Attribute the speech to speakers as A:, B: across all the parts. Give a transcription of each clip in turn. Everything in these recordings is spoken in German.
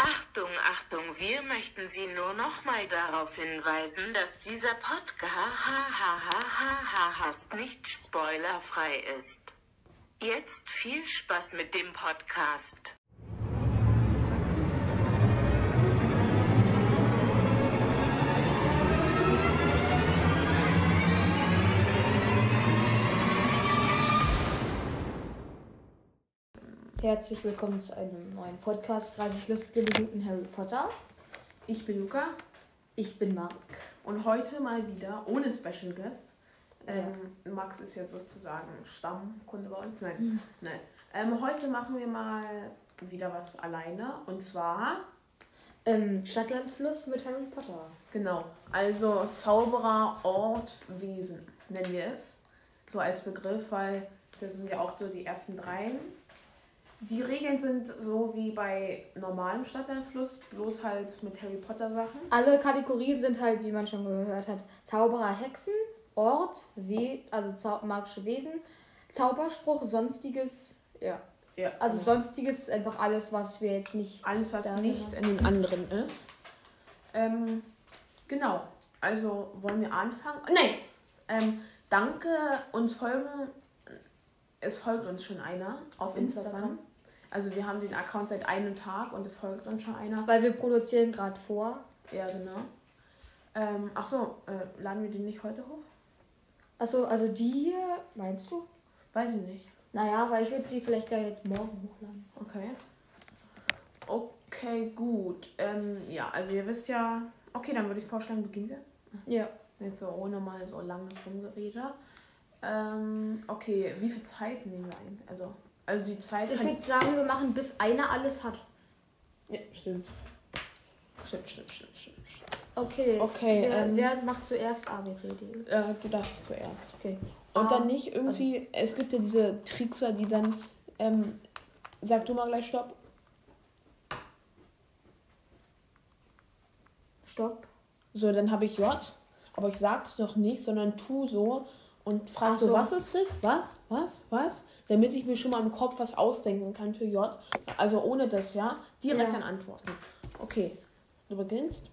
A: Achtung, Achtung, wir möchten Sie nur nochmal darauf hinweisen, dass dieser Podcast nicht spoilerfrei ist. Jetzt viel Spaß mit dem Podcast.
B: Herzlich willkommen zu einem neuen Podcast 30 lustige Minuten Harry Potter.
C: Ich bin Luca
B: Ich bin Marc.
C: und heute mal wieder ohne Special Guest. Ähm, Max ist jetzt sozusagen Stammkunde bei uns. Nein,
B: Mhm.
C: nein. Ähm, heute machen wir mal wieder was alleine. Und zwar,
B: Ähm, Stadtlandfluss mit Harry Potter.
C: genau, also Zauberer, Ort, Wesen nennen wir es. So als Begriff, weil das sind ja auch so die ersten dreien. Die Regeln sind so wie bei normalem Stadteinfluss, bloß halt mit Harry Potter Sachen.
B: Alle Kategorien sind halt, wie man schon gehört hat, Zauberer, Hexen, Ort, We also Zau magische Wesen, Zauberspruch, sonstiges. Ja.
C: Ja,
B: Also sonstiges ist einfach alles, was wir jetzt nicht.
C: Alles, was
B: Ja,
C: nicht in den anderen ist. Ähm, genau. Also wollen wir anfangen? Nein. Ähm, danke, uns folgen. Es folgt uns schon einer auf Instagram.
B: Instagram.
C: Also wir haben den Account seit einem Tag und es folgt uns schon einer.
B: Weil wir produzieren gerade vor.
C: Ja, genau. Ähm, ach so, äh, laden wir den nicht heute hoch?
B: Achso, also die hier, meinst du?
C: Weiß ich nicht.
B: Naja, weil ich würde sie vielleicht gleich jetzt morgen hochladen.
C: Okay. Okay, gut. Ähm, ja, also ihr wisst ja. Okay, dann würde ich vorschlagen, beginnen wir.
B: Ja.
C: Jetzt so ohne mal so langes Rumgerede. Ähm, okay, wie viel Zeit nehmen wir ein? Also, also die Zeit
B: Ich
C: kann.
B: würde sagen, wir machen, bis einer alles hat.
C: Ja, stimmt. Stimmt, stimmt, stimmt, stimmt. stimmt.
B: Okay.
C: Okay,
B: Wer,
C: ähm,
B: wer macht zuerst ABC?
C: Äh, du darfst zuerst.
B: Okay.
D: Und
B: Ah,
D: dann nicht irgendwie,
C: also
D: es gibt ja diese Trickser, die dann, ähm, sag du mal gleich Stopp.
B: Stopp.
D: So, dann habe ich J, aber ich sag's doch nicht, sondern tu so und frag
B: Ach
D: so,
B: so.
D: was ist das? Was? Was? Was? Damit ich mir schon mal im Kopf was ausdenken kann für J. Also ohne das, ja? Direkt
B: Ja.
D: dann antworten. Okay, du beginnst.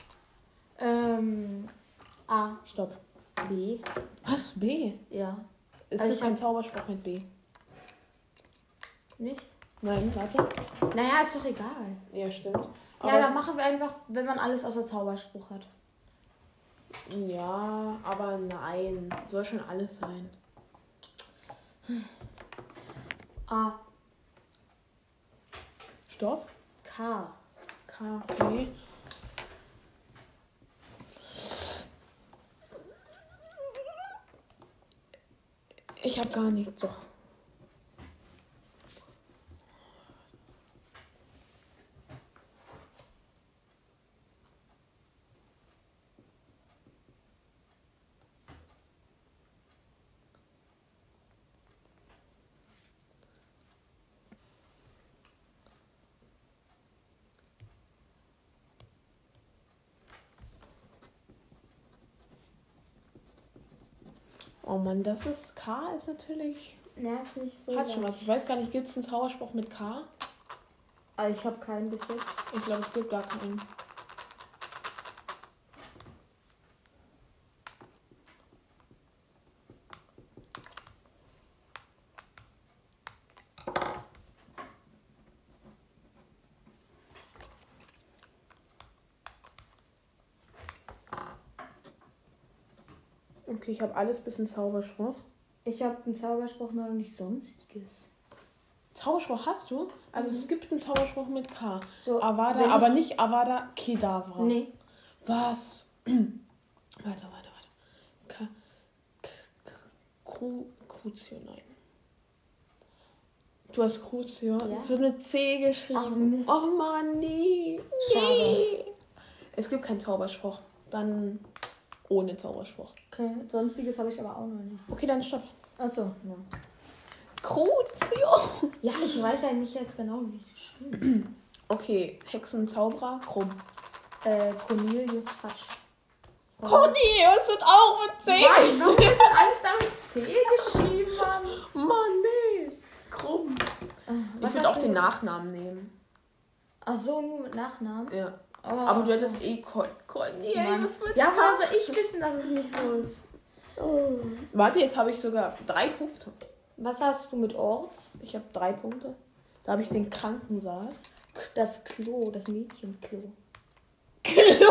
B: Ähm, A,
D: Stopp.
B: B.
D: Was? B?
B: Ja.
D: Es
B: Also ich
D: gibt keinen Zauberspruch mit B.
B: Nicht?
D: Nein, warte.
B: Naja, ist doch egal.
D: Ja, stimmt. Aber
B: ja,
D: es-
B: dann machen wir einfach, wenn man alles außer Zauberspruch hat.
D: ja, aber nein. Soll schon alles sein.
B: A,
D: Stopp.
B: K.
D: Kaffee. Ich habe gar nichts. Doch. Oh Mann, das ist K ist natürlich.
B: Na, ist nicht so.
D: Hat schon
B: egal.
D: was. Ich weiß gar nicht, gibt es einen Zauberspruch mit K?
B: Ah, ich habe keinen bis jetzt.
D: Ich glaube, es gibt gar keinen. Okay, ich habe alles bis in Zauberspruch.
B: Ich habe einen Zauberspruch noch nicht sonstiges.
D: Zauberspruch hast du? Also es gibt einen Zauberspruch mit K.
B: So, wenn
D: Avada,
B: ich-
D: aber nicht Avada Kedavra.
B: Nee.
D: Was? Warte, warte, warte. K K K Cru Crucio, nein. Du hast Crucio.
B: Ja.
D: Es wird mit C
B: Ach,
D: geschrieben.
B: Mist.
D: oh Mann, nee. nee. Es gibt keinen Zauberspruch. Dann ohne Zauberspruch.
B: Okay. Sonstiges habe ich aber auch noch nicht.
D: Okay, dann stopp.
B: Achso. Ja.
D: Crucio.
B: ja, ich weiß ja nicht jetzt genau, wie es geschrieben ist.
D: Okay, Hexen, Zauberer, krumm.
B: Äh, Cornelius Fatsch.
D: Cornelius wird auch mit C.
B: Nein, warum wird das alles damit C geschrieben haben?
D: Mann, nee. Krumm.
B: Äh,
D: ich
B: was
D: würde
B: hast
D: auch
B: du
D: den
B: jetzt?
D: Nachnamen nehmen.
B: Ach so, nur mit Nachnamen.
D: Ja.
B: Oh,
D: Aber du hättest eh Con Conny.
B: Mann. Ja, woher soll ich wissen, dass es nicht so ist?
D: Warte, jetzt habe ich sogar drei Punkte.
B: Was hast du mit Ort?
D: Ich habe drei Punkte. Da habe ich den Krankensaal.
B: Das Klo, das Mädchenklo.
D: Klo ist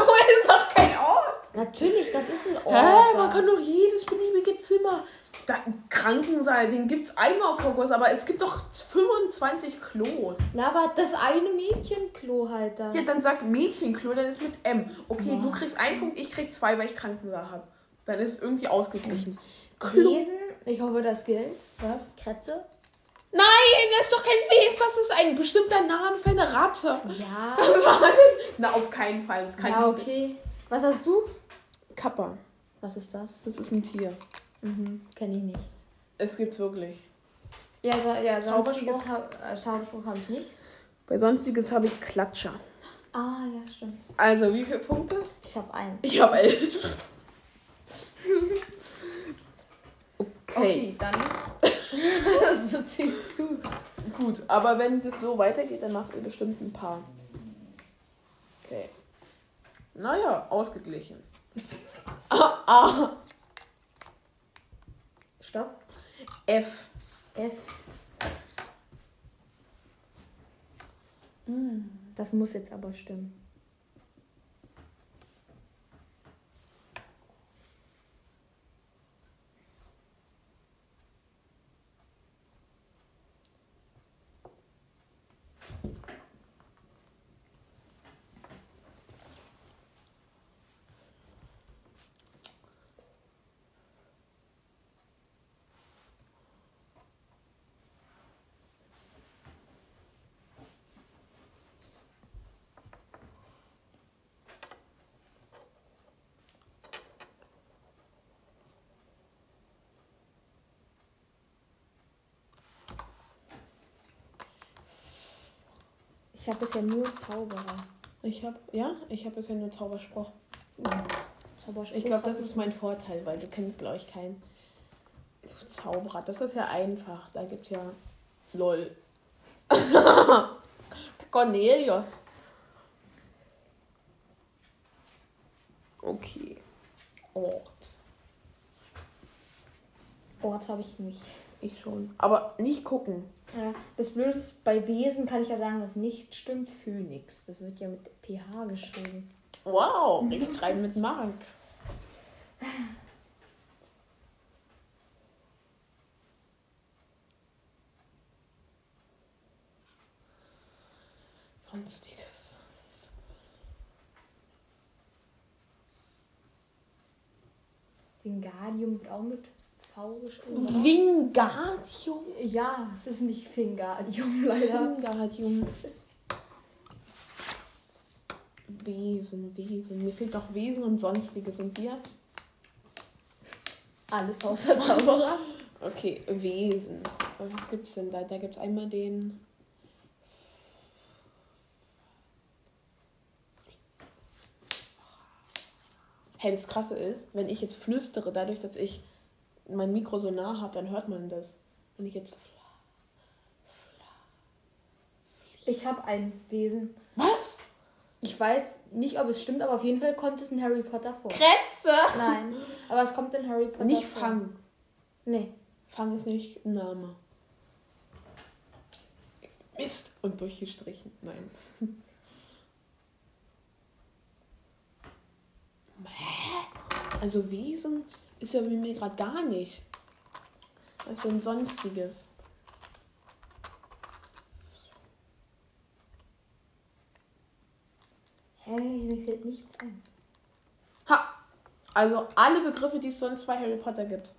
D: doch kein Ort. Oh,
B: Natürlich, das ist ein Ort.
D: Hä? Man
B: da.
D: kann doch jedes beliebige Zimmer. Da, ein Krankensaal, den gibt's einmal auf Hogwarts, aber es gibt doch 25 Klos.
B: Na, aber das eine Mädchenklo halt da.
D: Ja, dann sag Mädchenklo, dann ist mit M. Okay, du kriegst einen Punkt, ich krieg zwei, weil ich Krankensaal habe. Dann ist irgendwie ausgeglichen. Klo.
B: Wesen, ich hoffe, das gilt.
D: Was?
B: Kretze?
D: Nein, das ist doch kein Wes, das ist ein bestimmter Name für eine Ratte.
B: Ja.
D: Na, auf keinen Fall. Das kann
B: ja, okay. Was hast du?
D: Kappa.
B: Was ist das?
D: Das ist ein Tier.
B: Mhm, kenne ich nicht.
D: Es gibt's wirklich.
B: Ja, so, ja sonstiges
D: Zauberspruch?
B: hab- äh, Zauberspruch habe ich nicht.
D: Bei sonstiges habe ich Klatscher.
B: Ah, ja, stimmt.
D: Also, wie viele Punkte?
B: Ich habe einen.
D: Ich habe elf. Okay,
B: Okay, dann. das so ziemlich zu.
D: gut. Aber wenn das so weitergeht, dann macht ihr bestimmt ein paar. Okay. Naja, ausgeglichen. Ah, ah.
B: Stopp.
D: F.
B: F. Hm, Das muss jetzt aber stimmen. Ich habe bisher nur Zauberer.
D: Ich habe, ja, ich habe bisher nur Zauberspruch.
B: Zauberspruch.
D: Ich glaube, das ist mein Vorteil, weil du kennst, glaube ich, keinen Zauberer. Das ist ja einfach. Da gibt's ja. LOL. Cornelius. Okay. Ort.
B: Ort habe ich nicht.
D: Ich schon. Aber nicht gucken.
B: Ja, das Blöde ist, bei Wesen kann ich ja sagen, was nicht stimmt. Phönix. Das wird ja mit PH geschrieben.
D: Wow. Ich schreibe mit Mark. Sonstiges.
B: Vingadium wird auch mit V geschrieben. oder?
D: Wingardium.
B: Ja, es ist nicht Vingadium, leider.
D: Wingardium. Wesen, Wesen. Mir fehlt noch Wesen und Sonstiges. Und wir?
B: Alles außer Zauberer.
D: Okay, Wesen. Was gibt's denn da? Da gibt's einmal den. Hey, das Krasse ist, wenn ich jetzt flüstere, dadurch, dass ich mein Mikro so nah habe, dann hört man das. Wenn ich jetzt.
B: Ich habe ein Wesen.
D: Was?
B: Ich weiß nicht, ob es stimmt, aber auf jeden Fall kommt es in Harry Potter vor.
D: Kretze!
B: Nein, aber es kommt in Harry Potter
D: Oh. Nicht
B: vor.
D: fangen.
B: Nee.
D: Fang ist nicht ein Name. Mist! Und durchgestrichen. Nein. Hä? Also Wesen ist ja bei mir gerade gar nicht. Was denn sonstiges?
B: Hey, mir fällt nichts ein.
D: Ha! Also alle Begriffe, die es sonst bei Harry Potter gibt.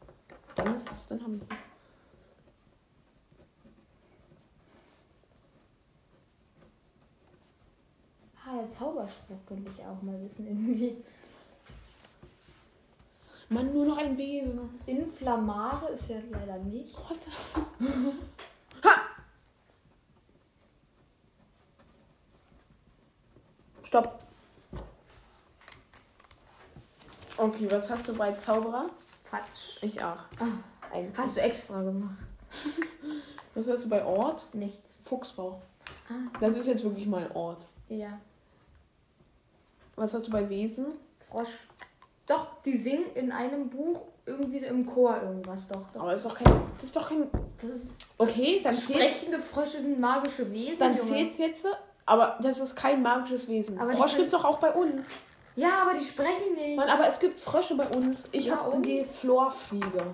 D: Dann ist es, dann haben wir.
B: Ah, der Zauberspruch könnte ich auch mal wissen, irgendwie.
D: Mann, nur noch ein Wesen.
B: Inflammare ist ja leider nicht.
D: What the Stopp. Okay, was hast du bei Zauberer?
B: Quatsch.
D: Ich auch. Ein.
B: Hast du extra gemacht?
D: Was hast du bei Ort?
B: Nichts.
D: Fuchsbau. Das ist jetzt wirklich mal ein Ort.
B: Ja.
D: Was hast du bei Wesen?
B: Frosch. Doch, die singen in einem Buch irgendwie so im Chor irgendwas. Doch, doch.
D: Aber das ist doch kein. Das ist doch kein.
B: Das ist.
D: Okay, dann zählt
B: Sprechende Frösche sind magische Wesen.
D: Dann
B: Junge.
D: zählt's jetzt. Aber das ist kein magisches Wesen.
B: Aber die
D: Frosch
B: können-
D: gibt's doch auch bei uns.
B: Ja, aber die sprechen nicht.
D: Mann, aber es gibt Frösche bei uns. Ich
B: Ja,
D: hab habe
B: und?
D: die Florfliege.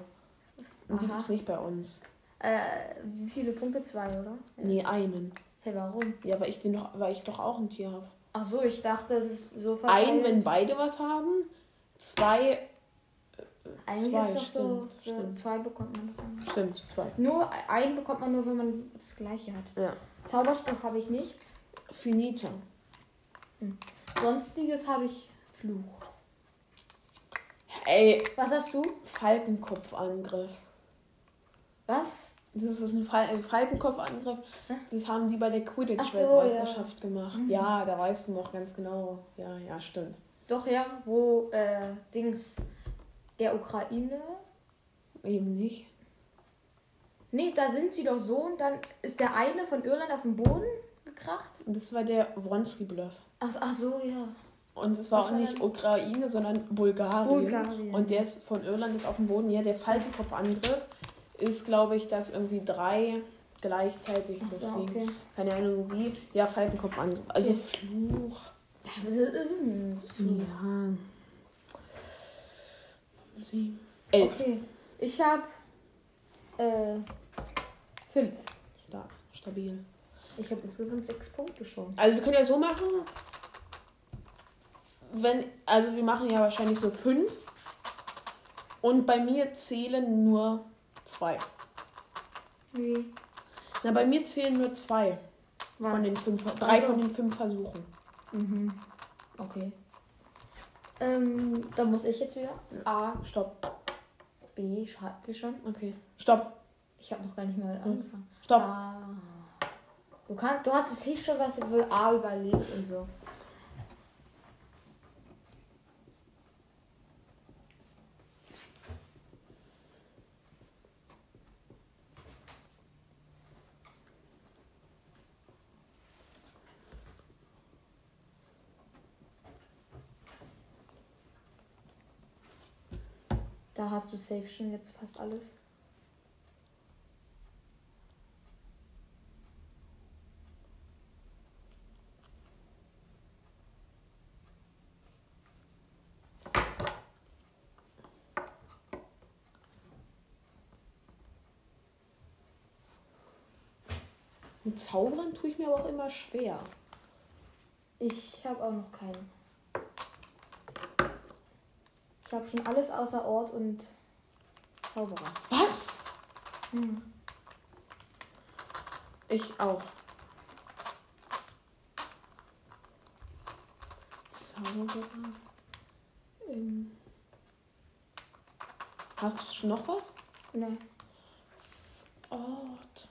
D: Und die
B: Aha.
D: gibt's nicht bei uns.
B: Äh, wie viele Punkte? Zwei, oder?
D: Nee, einen.
B: Hey, warum?
D: Ja, weil ich den doch, weil ich doch auch ein Tier habe.
B: Ach so, ich dachte, es ist so verteilt.
D: Ein, wenn beide was haben. Zwei.
B: Eigentlich
D: zwei,
B: ist das so,
D: stimmt,
B: so
D: stimmt.
B: zwei bekommt man. ne?
D: Stimmt, zwei.
B: Nur einen bekommt man nur, wenn man das gleiche hat.
D: Ja.
B: Zauberspruch habe ich nichts.
D: Finite.
B: Sonstiges habe ich Fluch.
D: Ey,
B: Was hast du?
D: Falkenkopfangriff.
B: Was?
D: Das ist ein, Fal ein Falkenkopfangriff. Das haben die bei der
B: Ach so, Mhm.
D: Quidditch-Weltmeisterschaft gemacht. Ja, da weißt du noch ganz genau. Ja, ja, stimmt.
B: Doch ja, wo äh, Dings der Ukraine.
D: Eben nicht.
B: Nee, da sind sie doch so und dann ist der eine von Irland auf den Boden gekracht.
D: Das war der Wronski-Bluff.
B: Ach, ach so, ja.
D: Und es war
B: Was
D: auch
B: war
D: nicht Ukraine, sondern Bulgarien.
B: Bulgarien.
D: Und der ist von Irland ist auf dem Boden. Ja, der Falkenkopfangriff ist, glaube ich, dass irgendwie drei gleichzeitig
B: Ach
D: so,
B: so,
D: fliegen.
B: okay.
D: Keine Ahnung wie. Ja, Falkenkopfangriff. Also
B: Okay. Hm.
D: Fluch.
B: Ja, Was ist es denn? das für ein-
D: Ja. Sieben. Elf.
B: Okay, ich habe äh, fünf.
D: Stark. Stabil.
B: Ich habe insgesamt sechs Punkte schon.
D: Also wir können ja so machen, wenn, also wir machen ja wahrscheinlich so fünf und bei mir zählen nur zwei.
B: Wie?
D: Na, bei mir zählen nur zwei
B: Was?
D: von den fünf, drei
B: Also-
D: von den fünf Versuchen.
B: Mhm. Okay. Ähm, dann muss ich jetzt wieder. A,
D: Stopp.
B: B, schreibt ihr schon.
D: Okay. Stopp.
B: Ich habe noch gar nicht mal angefangen.
D: Stopp.
B: A. Ah. Du, kannst, du hast es nicht schon was für A überlegt und so. Da hast du safe schon jetzt fast alles.
D: Mit Zaubern tue ich mir aber auch immer schwer.
B: Ich habe auch noch keinen. Ich habe schon alles außer Ort und Zauberer.
D: Was? Hm. Ich auch. Zauberer. Ähm. Hast du schon noch was?
B: Ne.
D: Ort.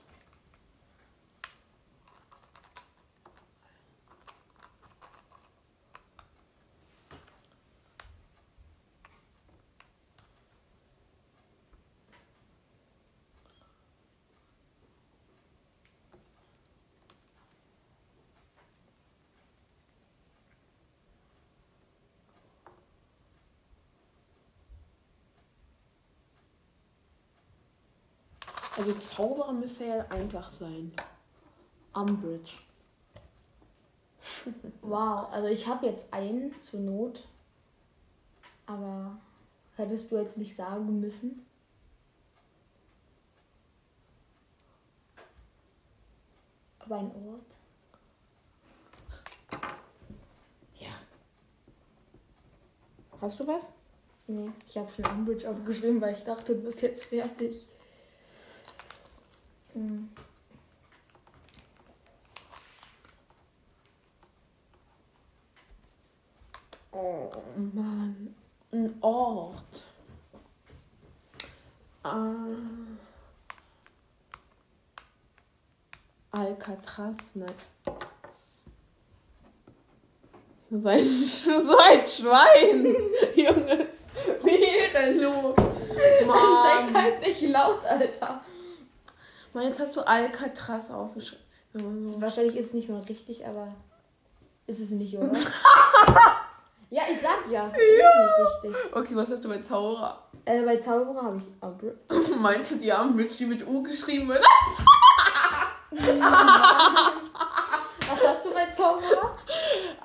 D: Also Zauberer müsste ja einfach sein. Umbridge.
B: Wow, also ich habe jetzt einen zur Not. Aber hättest du jetzt nicht sagen müssen? Aber ein Ort?
D: Ja. Hast du was?
B: Nee, Ne, ich habe schon Umbridge aufgeschrieben, weil ich dachte, du bist jetzt fertig. Hm.
D: Oh Mann. Ein Ort. Ah. Alcatraz, nein. Du seid, du seid Schwein, Junge. Wie denn los?
B: Denk
D: Mann.
B: halt nicht laut, Alter.
D: Mann, jetzt hast du Alcatraz aufgeschrieben. Wenn man so-
B: Wahrscheinlich ist es nicht mal richtig, aber ist es nicht, oder? ja, ich sag ja. es Ist nicht richtig.
D: Okay, was hast du bei Zauberer?
B: Äh, bei Zauberer habe ich Abr
D: Meinst du die armen Bitch, die mit U geschrieben wird?
B: Was hast du bei Zauberer?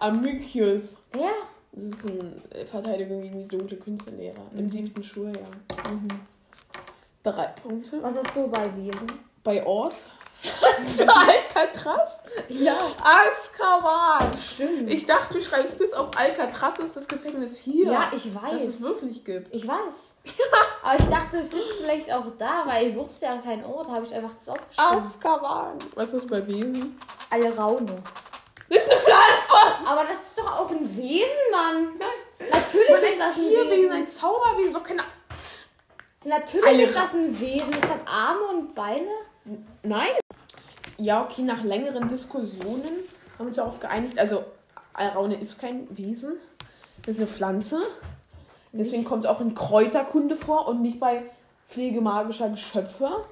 D: Amycius.
B: Ja.
D: Das ist eine Verteidigung gegen die dunkle Künstlerlehre im siebten Schuljahr. Mhm. Drei Punkte.
B: Was hast du bei Wesen?
D: Bei Ort. Zu Alcatraz?
B: Ja,
D: Azkaban!
B: stimmt.
D: Ich dachte, du schreibst das auf Alcatraz ist das Gefängnis hier.
B: ja, ich weiß.
D: Dass es wirklich gibt.
B: Ich weiß. Aber ich dachte, es liegt vielleicht auch da, weil ich wusste ja keinen Ort, habe ich einfach das
D: Ah.
B: aufgeschrieben.
D: Azkaban. Was ist bei Wesen?
B: Alle Raune.
D: Das ist eine Pflanze!
B: Aber das ist doch auch ein Wesen, Mann. Natürlich ist
D: Ein
B: das ein
D: Tierwesen,
B: Wesen.
D: ein Zauberwesen, doch keine.
B: Natürlich
D: Alle
B: ist das ein Wesen. Es hat Arme und Beine.
D: Nein! Ja, okay, nach längeren Diskussionen haben wir uns darauf geeinigt. Also, Alraune ist kein Wesen. Das ist eine Pflanze. Deswegen kommt auch in Kräuterkunde vor und nicht bei Pflege magischer Geschöpfe.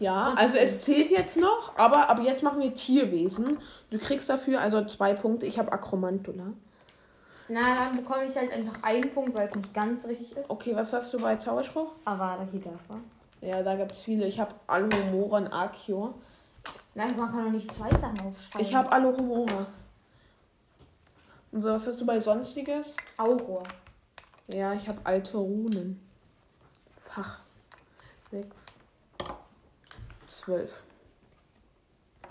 D: Ja,
B: Ach
D: also
B: so.
D: es zählt jetzt noch, aber, aber jetzt machen wir Tierwesen. Du kriegst dafür also zwei Punkte. Ich habe Akromantula.
B: Na, dann bekomme ich halt einfach einen Punkt, weil es nicht ganz richtig ist.
D: Okay, was hast du bei Zauberspruch?
B: Avada Kedavra.
D: Ja, da gab es viele. Ich habe Alohomora und Arkior.
B: Nein, man kann doch nicht zwei Sachen aufschreiben.
D: Ich habe Alohomora. Und so, was hast du bei Sonstiges?
B: Auror.
D: Ja, ich habe alte Runen. Fach. Sechs. Zwölf.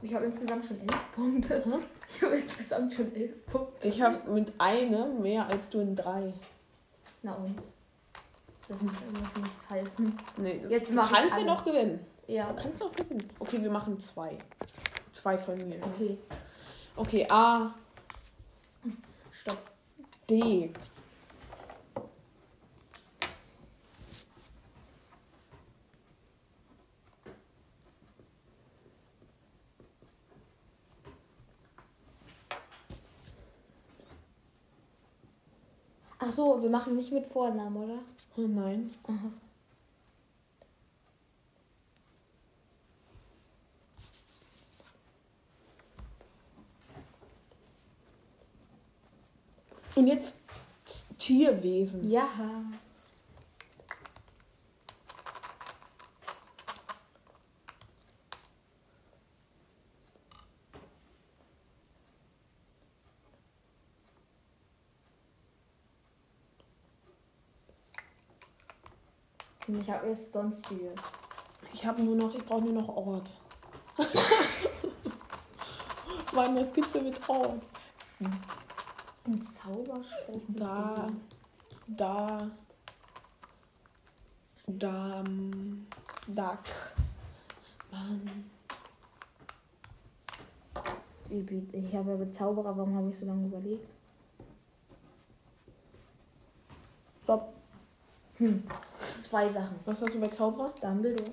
B: Ich habe insgesamt schon elf Punkte. Ich habe insgesamt schon elf Punkte.
D: Ich habe mit einem mehr als du in drei.
B: Na und? Das muss nichts heißen.
D: Nee, das
B: Jetzt
D: du
B: mach ich
D: kannst ja
B: alle.
D: noch gewinnen.
B: Ja.
D: Du kannst noch gewinnen. Okay, wir machen zwei. Zwei von mir.
B: Okay,
D: Okay, A,
B: stopp.
D: D.
B: Ach so, wir machen nicht mit Vornamen, oder?
D: Oh nein. Und jetzt Z- Tierwesen.
B: Ja. Und Ich habe jetzt sonstiges.
D: Ich habe nur noch, ich brauche nur noch Ort. Mann, was gibt's denn mit Ort?
B: Ein Zauberspruch. mit
D: Da,
B: Ideen.
D: da, da, dack, Mann.
B: Wie- wie- Ich habe ja Zauberer, warum habe ich so lange überlegt?
D: Stopp.
B: Zwei Sachen.
D: Was hast du bei Zauberer?
B: Dumbledore.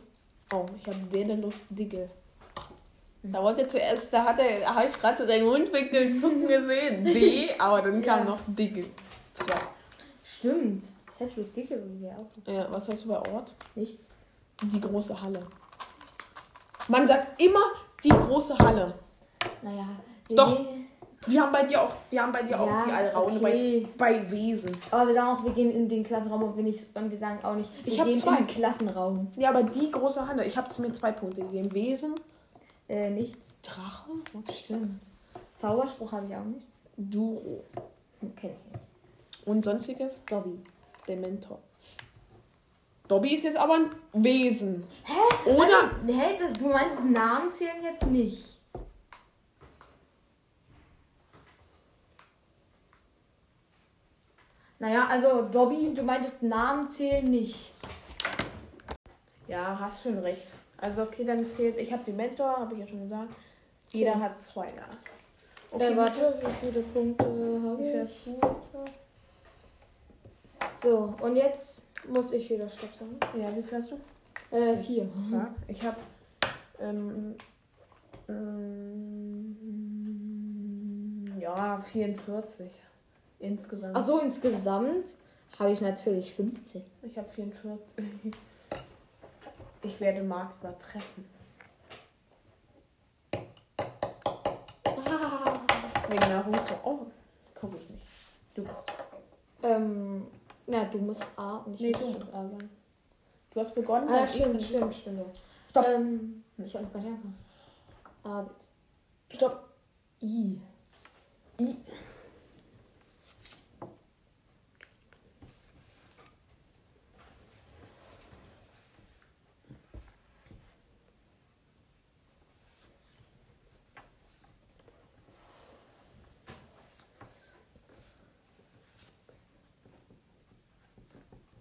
D: Oh, ich habe den Lust, Diggle.
B: Mhm.
D: Da wollte zuerst, da hat er, da habe ich gerade seinen Mundwinkel zucken gesehen. D, aber dann kam
B: Ja.
D: noch Diggle. Zwei.
B: Stimmt. Cedric Diggory wäre auch
D: Ja, was hast du bei Ort?
B: nichts.
D: Die große Halle. Man sagt immer die große Halle.
B: Naja.
D: Doch.
B: nee.
D: Wir haben bei dir auch, wir haben bei dir
B: Ja,
D: auch die Allraune
B: okay.
D: bei, bei Wesen.
B: Aber wir sagen auch, wir gehen in den Klassenraum und wir, nicht, und wir sagen auch nicht, wir
D: Ich hab
B: gehen
D: zwei.
B: in den Klassenraum.
D: Ja, aber die große Halle. Ich habe mir zwei Punkte gegeben. Wesen,
B: Äh, nichts. Oh,
D: Drache,
B: Stimmt. Zauberspruch habe ich auch nicht.
D: Duro
B: Hm, Kenn ich nicht.
D: und sonstiges. Dobby. Dementor. Dobby ist jetzt aber ein Wesen. Hä? Oder
B: Hey, das, du meinst, Namen zählen jetzt nicht. Naja, also Dobby, du meintest Namen zählen nicht.
D: Ja, hast schon recht. Also okay, dann zählt, ich habe die Mentor, habe ich ja schon gesagt. Jeder hat zwei, ja. Okay,
B: äh, warte, wie viele Punkte habe
D: wie
B: ich?
D: viel hast du jetzt noch?
B: So, und jetzt muss ich wieder Stopp sagen.
D: Ja, wie viel hast du?
B: Äh, vier.
D: Ja, ich habe ähm, ähm, ja, 44 insgesamt.
B: Achso, Also insgesamt habe ich natürlich 15.
D: Ich habe 44. Ich werde Marc übertreffen. Wegen Naruto. Oh, gucke ich nicht. Du bist.
B: Ähm, na, du musst A und ich
D: Nee,
B: muss
D: du.
B: jetzt A sagen.
D: Du hast begonnen.
B: Ah,
D: dann ich
B: stimmt,
D: kann-
B: stimmt, stimmt.
D: Stopp.
B: Ähm, ich habe noch gar nicht angefangen. A,
D: Stopp.
B: I.
D: I.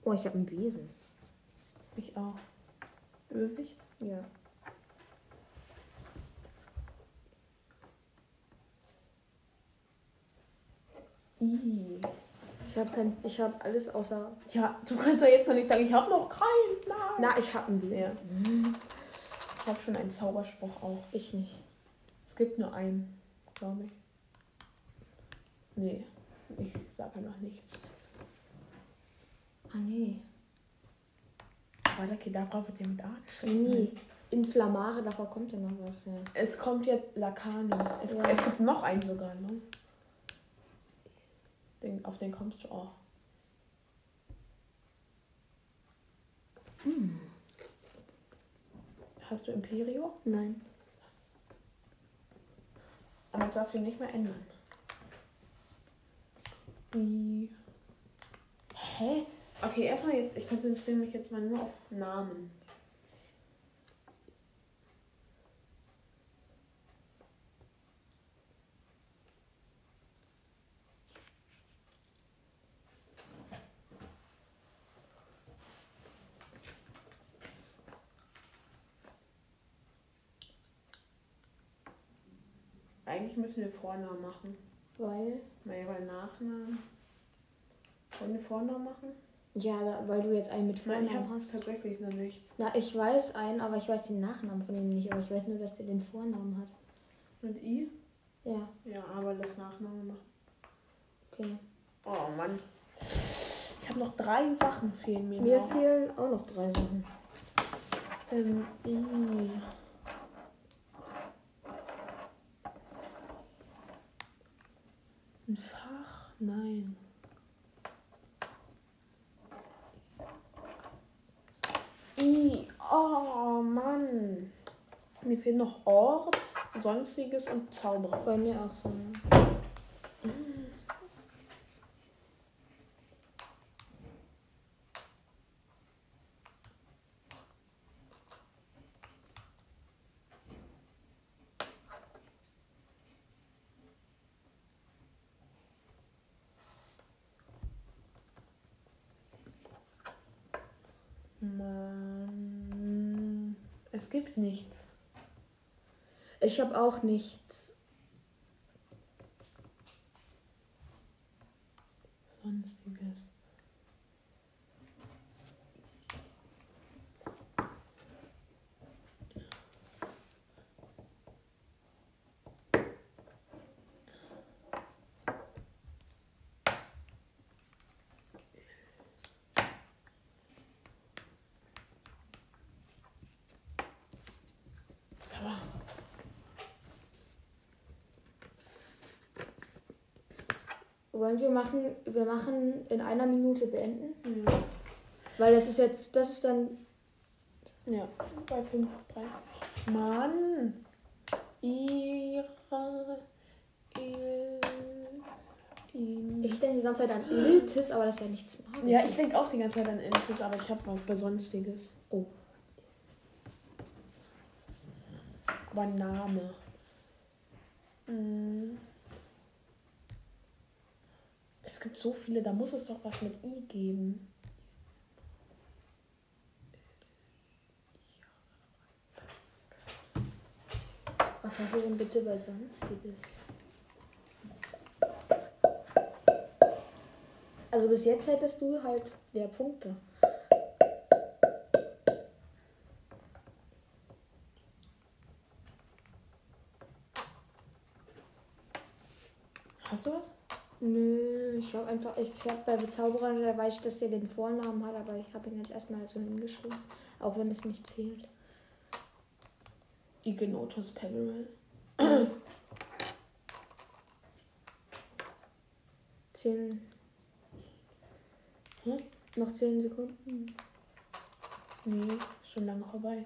B: Oh, ich habe ein Wesen.
D: Ich auch. Öwicht?
B: Ja.
D: I.
B: Ich habe kein, ich habe alles außer.
D: Ja, du kannst doch jetzt noch nicht sagen, ich habe noch keinen. Nein.
B: Na, ich habe ein Wesen.
D: Ja. Ich habe schon einen Zauberspruch auch.
B: Ich nicht.
D: Es gibt nur einen, glaube ich. Nee, ich sage noch nichts.
B: Ah, nee.
D: Aber der Kedavra wird ja mit A geschrieben.
B: Nee. Inflammare, davor kommt ja noch was. Ja.
D: Es kommt ja Lakane. Es,
B: Ja.
D: es gibt noch einen sogar, ne? Den, auf den kommst du auch.
B: Hm.
D: Hast du Imperio?
B: Nein.
D: Das. Aber jetzt darfst du ihn nicht mehr ändern. Wie. Hä? Okay, erstmal jetzt, ich konzentriere mich jetzt mal nur auf Namen. Eigentlich müssen wir Vornamen machen.
B: Weil.
D: Naja, weil Nachnamen. Wollen wir Vornamen machen?
B: Ja, da, weil du jetzt einen mit
D: Nein,
B: Vornamen
D: ich habe
B: hast.
D: tatsächlich noch nichts.
B: Na, ich weiß einen, aber ich weiß den Nachnamen von ihm nicht. Aber ich weiß nur, dass der den Vornamen hat.
D: Mit I?
B: Ja,
D: Ja, aber das Nachname machen.
B: okay.
D: Oh Mann. Ich habe noch drei Sachen fehlen mir.
B: Mir
D: noch.
B: fehlen auch noch drei Sachen.
D: Ähm, I. Ein Fach? Nein. I. Oh Mann. Mir fehlen noch Ort, Sonstiges und Zauberer.
B: Bei mir auch so. ne?
D: Mann. Es gibt nichts.
B: Ich habe auch nichts.
D: Sonstiges.
B: Wollen wir machen, wir machen in einer Minute beenden?
D: Ja.
B: Weil das ist jetzt, das ist dann.
D: Ja, bei 5,30. Mann! Ihre. Ihr, ihn.
B: Ich denke die ganze Zeit an Iltis, aber das ist ja nichts Magisches.
D: ja, ich denke auch die ganze Zeit an Intis, aber ich habe was Besonstiges.
B: Oh.
D: Aber Name. Mm. Es gibt so viele, da muss es doch was mit I geben.
B: Was haben wir denn bitte bei Sonstiges? Also bis jetzt hättest du halt der Punkte.
D: Hast du was?
B: Nö, ich habe einfach, ich habe bei Bezauberern, da weiß ich, dass der den Vornamen hat, aber ich habe ihn jetzt erstmal so hingeschrieben, auch wenn es nicht zählt.
D: Igenotus Peveril.
B: 10. Hm? Noch 10 Sekunden.
D: Nee, ist schon lange vorbei.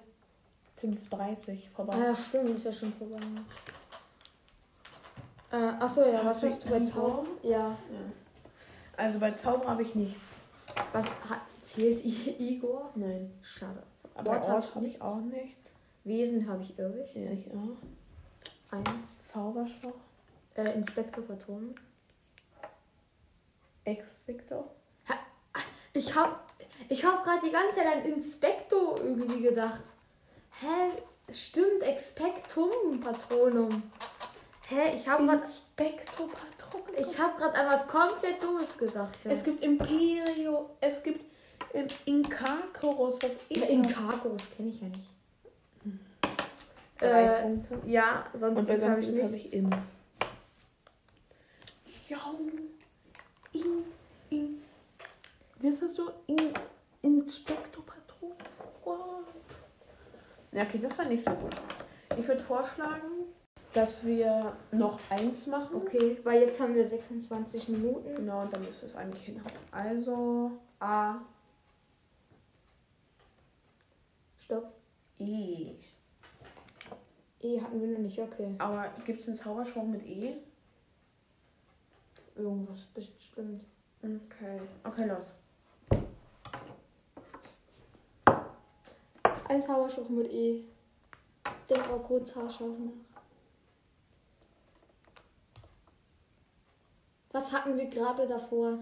D: 5.30 vorbei.
B: Ah ja, stimmt, ist ja schon vorbei. Äh, achso, ja,
C: Hast
B: was
C: du
B: hast du bei
C: einen
B: Zauber? Ja.
D: Also bei Zauber habe ich nichts.
B: Was hat, zählt I Igor?
D: Nein.
B: Schade.
D: Aber
B: Ort
D: Ort,
B: hab
D: Ort
B: ich
D: habe ich
B: nichts.
D: auch nichts.
B: Wesen habe ich irrig.
D: Ja, ich auch.
B: Eins.
D: Zauberspruch.
B: Äh, Inspektor Patron.
D: Ex-Victor.
B: Ich hab. Ich hab gerade die ganze Zeit an Inspektor irgendwie gedacht. Hä? Stimmt, Expectum Patronum. Hä? Ich hab grad.
D: Inspektor Patron.
B: Ich hab grad an was komplett Dummes gedacht. Ja.
D: Es gibt Imperio. Es gibt ähm, Inkarkoros. Was eh ich
B: in Kargos kenne ich ja nicht.
D: Drei
B: Äh,
D: Punkte.
B: Ja, sonst
D: Und bei
B: habe ich
D: sonst habe
B: nichts.
D: ich im. Ja. In. In. Wie ist das so? In. Inspektor Patron. What? Ja, okay, das war nicht so gut. Ich würde vorschlagen, dass wir noch eins machen.
B: Okay, weil jetzt haben wir 26 Minuten.
D: Genau, und dann müssen wir es eigentlich hinhauen. Also, A,
B: Stopp.
D: I.
B: E hatten wir noch nicht, okay.
D: Aber gibt es einen Zauberspruch mit E?
B: Irgendwas bestimmt.
D: Okay. Okay, los.
B: Ein Zauberspruch mit E. Denk mal kurz haarscharf nach. Was hatten wir gerade davor?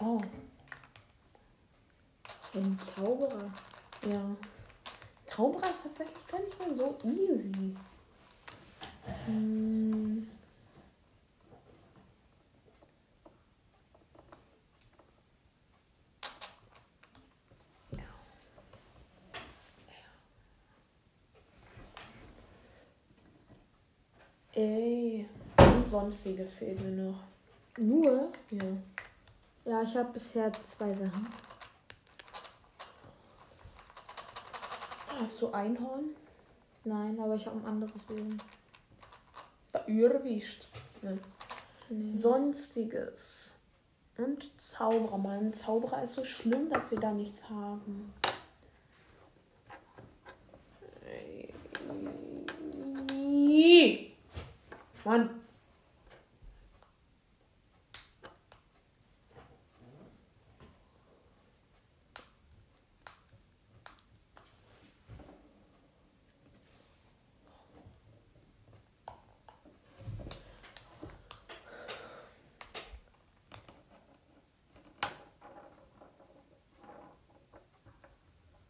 D: Oh,
B: Ein Zauberer.
D: ja. Zauberer ist tatsächlich gar nicht mal so easy. Hm. Ey, und sonstiges fehlt mir noch.
B: Nur?
D: Ja.
B: Ja, ich habe bisher zwei Sachen.
D: Ah, Hast du Einhorn?
B: Nein, aber ich habe ein anderes Leben.
D: Irrwischt. Ne.
B: Nee.
D: Sonstiges. Und Zauberer. Mann, Zauberer ist so schlimm, dass wir da nichts haben. Mann.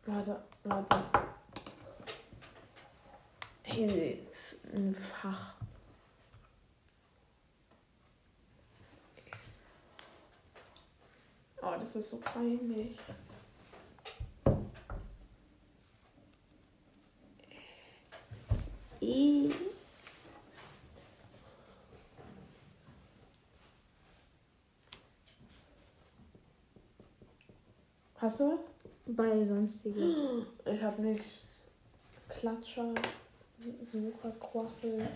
D: Warte, warte. Hilz, ein Fach. Oh, das ist so peinlich. I. Hast du?
B: Bei sonstiges.
D: Ich habe nicht Klatscher, Sucherquaffel,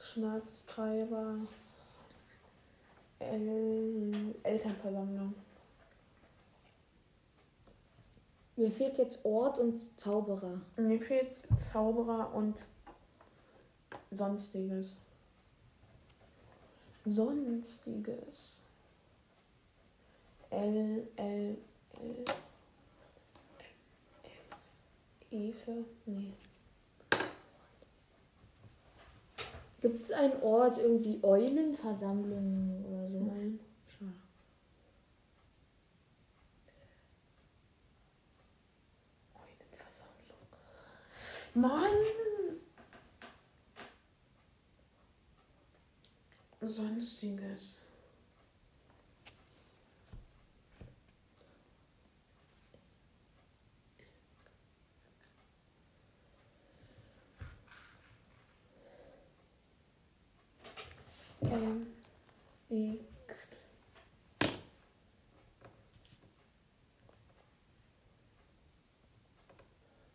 D: Schnarztreiber, El Elternversammlung.
B: Mir fehlt jetzt Ort und Zauberer.
D: Mir fehlt Zauberer und Sonstiges. Sonstiges. L, L, L. Efe? Nee.
B: Gibt es einen Ort, irgendwie Eulenversammlungen oder so?
D: Nein.
B: Schade.
D: Mann! Sonstiges.
C: Ähm, ich-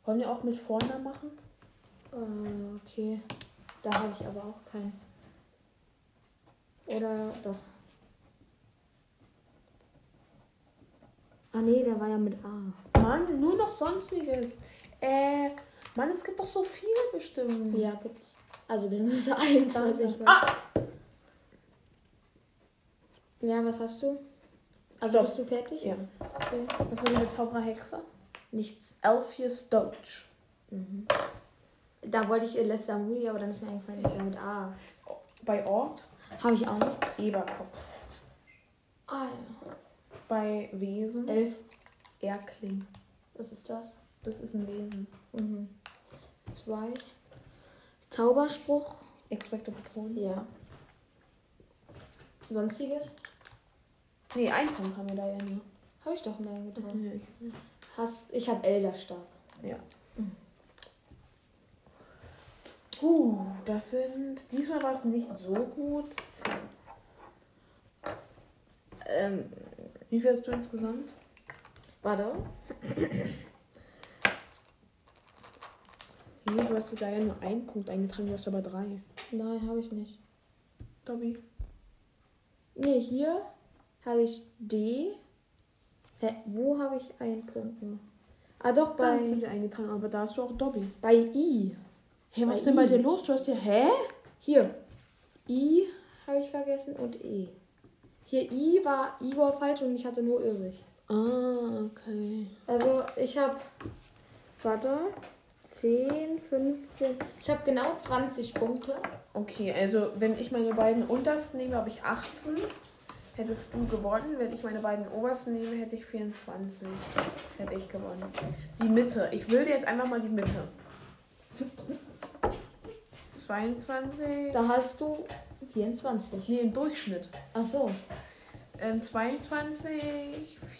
D: Wollen wir auch mit Vornamen machen?
B: Äh, okay. Da habe ich aber auch keinen. Oder doch. Ah nee, der war ja mit A.
D: Mann, nur noch Sonstiges. Äh, Mann, es gibt doch so viel bestimmt.
B: Ja, gibt's. Also bin ich 21.
D: Ah!
B: Ja, was hast du? Also bist du fertig?
D: Ja.
B: Okay.
D: Was war denn der Zaubererhexe?
B: Nichts.
D: Alpheus Dodge.
B: Da wollte ich Les Samuli, aber dann ist mir eingefallen, ist ja mit A.
D: Bei Ort
B: Habe ich auch nichts.
D: Eberkopf.
B: Ah ja.
D: Bei Wesen
B: Elf.
D: Erkling.
B: Was ist das?
D: Das ist ein Wesen.
B: Mhm. Zwei. Zauberspruch.
D: Expecto Patronen.
B: Ja. Sonstiges?
D: Nee, einen Punkt haben wir da ja nie.
B: Habe ich doch mehr getan. Mhm. Hast, ich habe Elderstab.
D: Ja. Uh, das sind. Diesmal war es nicht so gut.
B: Ähm,
D: Wie viel hast du insgesamt?
B: warte.
D: Nee, du hast da ja nur einen Punkt eingetragen, du hast aber drei.
B: Nein, habe ich nicht.
D: Dobby.
B: Nee, hier habe ich D. Hä, wo habe ich einen Punkt gemacht? Ah, doch,
D: Da hast du
B: bei,
D: dir eingetragen, aber da hast du auch Dobby.
B: bei I.
D: Hey, was
B: Bei
D: ist denn bei
B: ihm.
D: dir los? Du hast ja. Hä?
B: Hier. I habe ich vergessen und E. Hier I war Igor falsch und ich hatte nur Irrsicht.
D: Ah, okay.
B: Also ich habe, warte, 10, 15, ich habe genau 20 Punkte.
D: Okay, also wenn ich meine beiden untersten nehme, habe ich 18. Hättest du gewonnen. Wenn ich meine beiden obersten nehme, hätte ich 24. Hätte ich gewonnen. Die Mitte. Ich will dir jetzt einfach mal die Mitte. 22.
B: Da hast du 24.
D: Nee, im Durchschnitt.
B: Ach so.
D: Ähm, 22,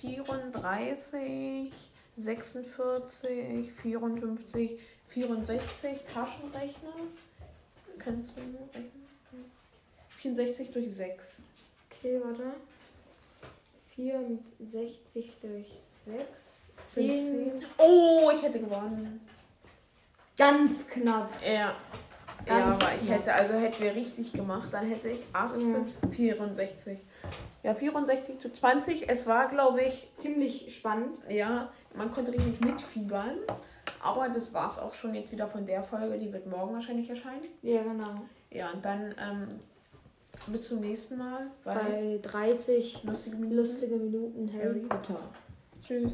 D: 34, 46, 54, 64 Taschenrechner. Kannst du rechnen? 64 durch 6.
B: Okay, warte. 64 durch 6. 10.
D: 10. Oh, ich hätte gewonnen.
B: Ganz knapp.
D: Ja. ja,
B: Ganz
D: aber ich
B: knapp.
D: hätte, also hätten wir richtig gemacht, dann hätte ich 18, 64. Ja, 64 zu 20. Es war, glaube ich,
B: Ziemlich spannend.
D: Ja, man konnte richtig mitfiebern. Aber das war's auch schon jetzt wieder von der Folge. Die wird morgen wahrscheinlich erscheinen.
B: Ja, genau.
D: Ja, und dann ähm, bis zum nächsten Mal bei,
B: Bei 30
D: Lustige Minuten.
B: lustige Minuten Harry
D: Harry Potter. Tschüss.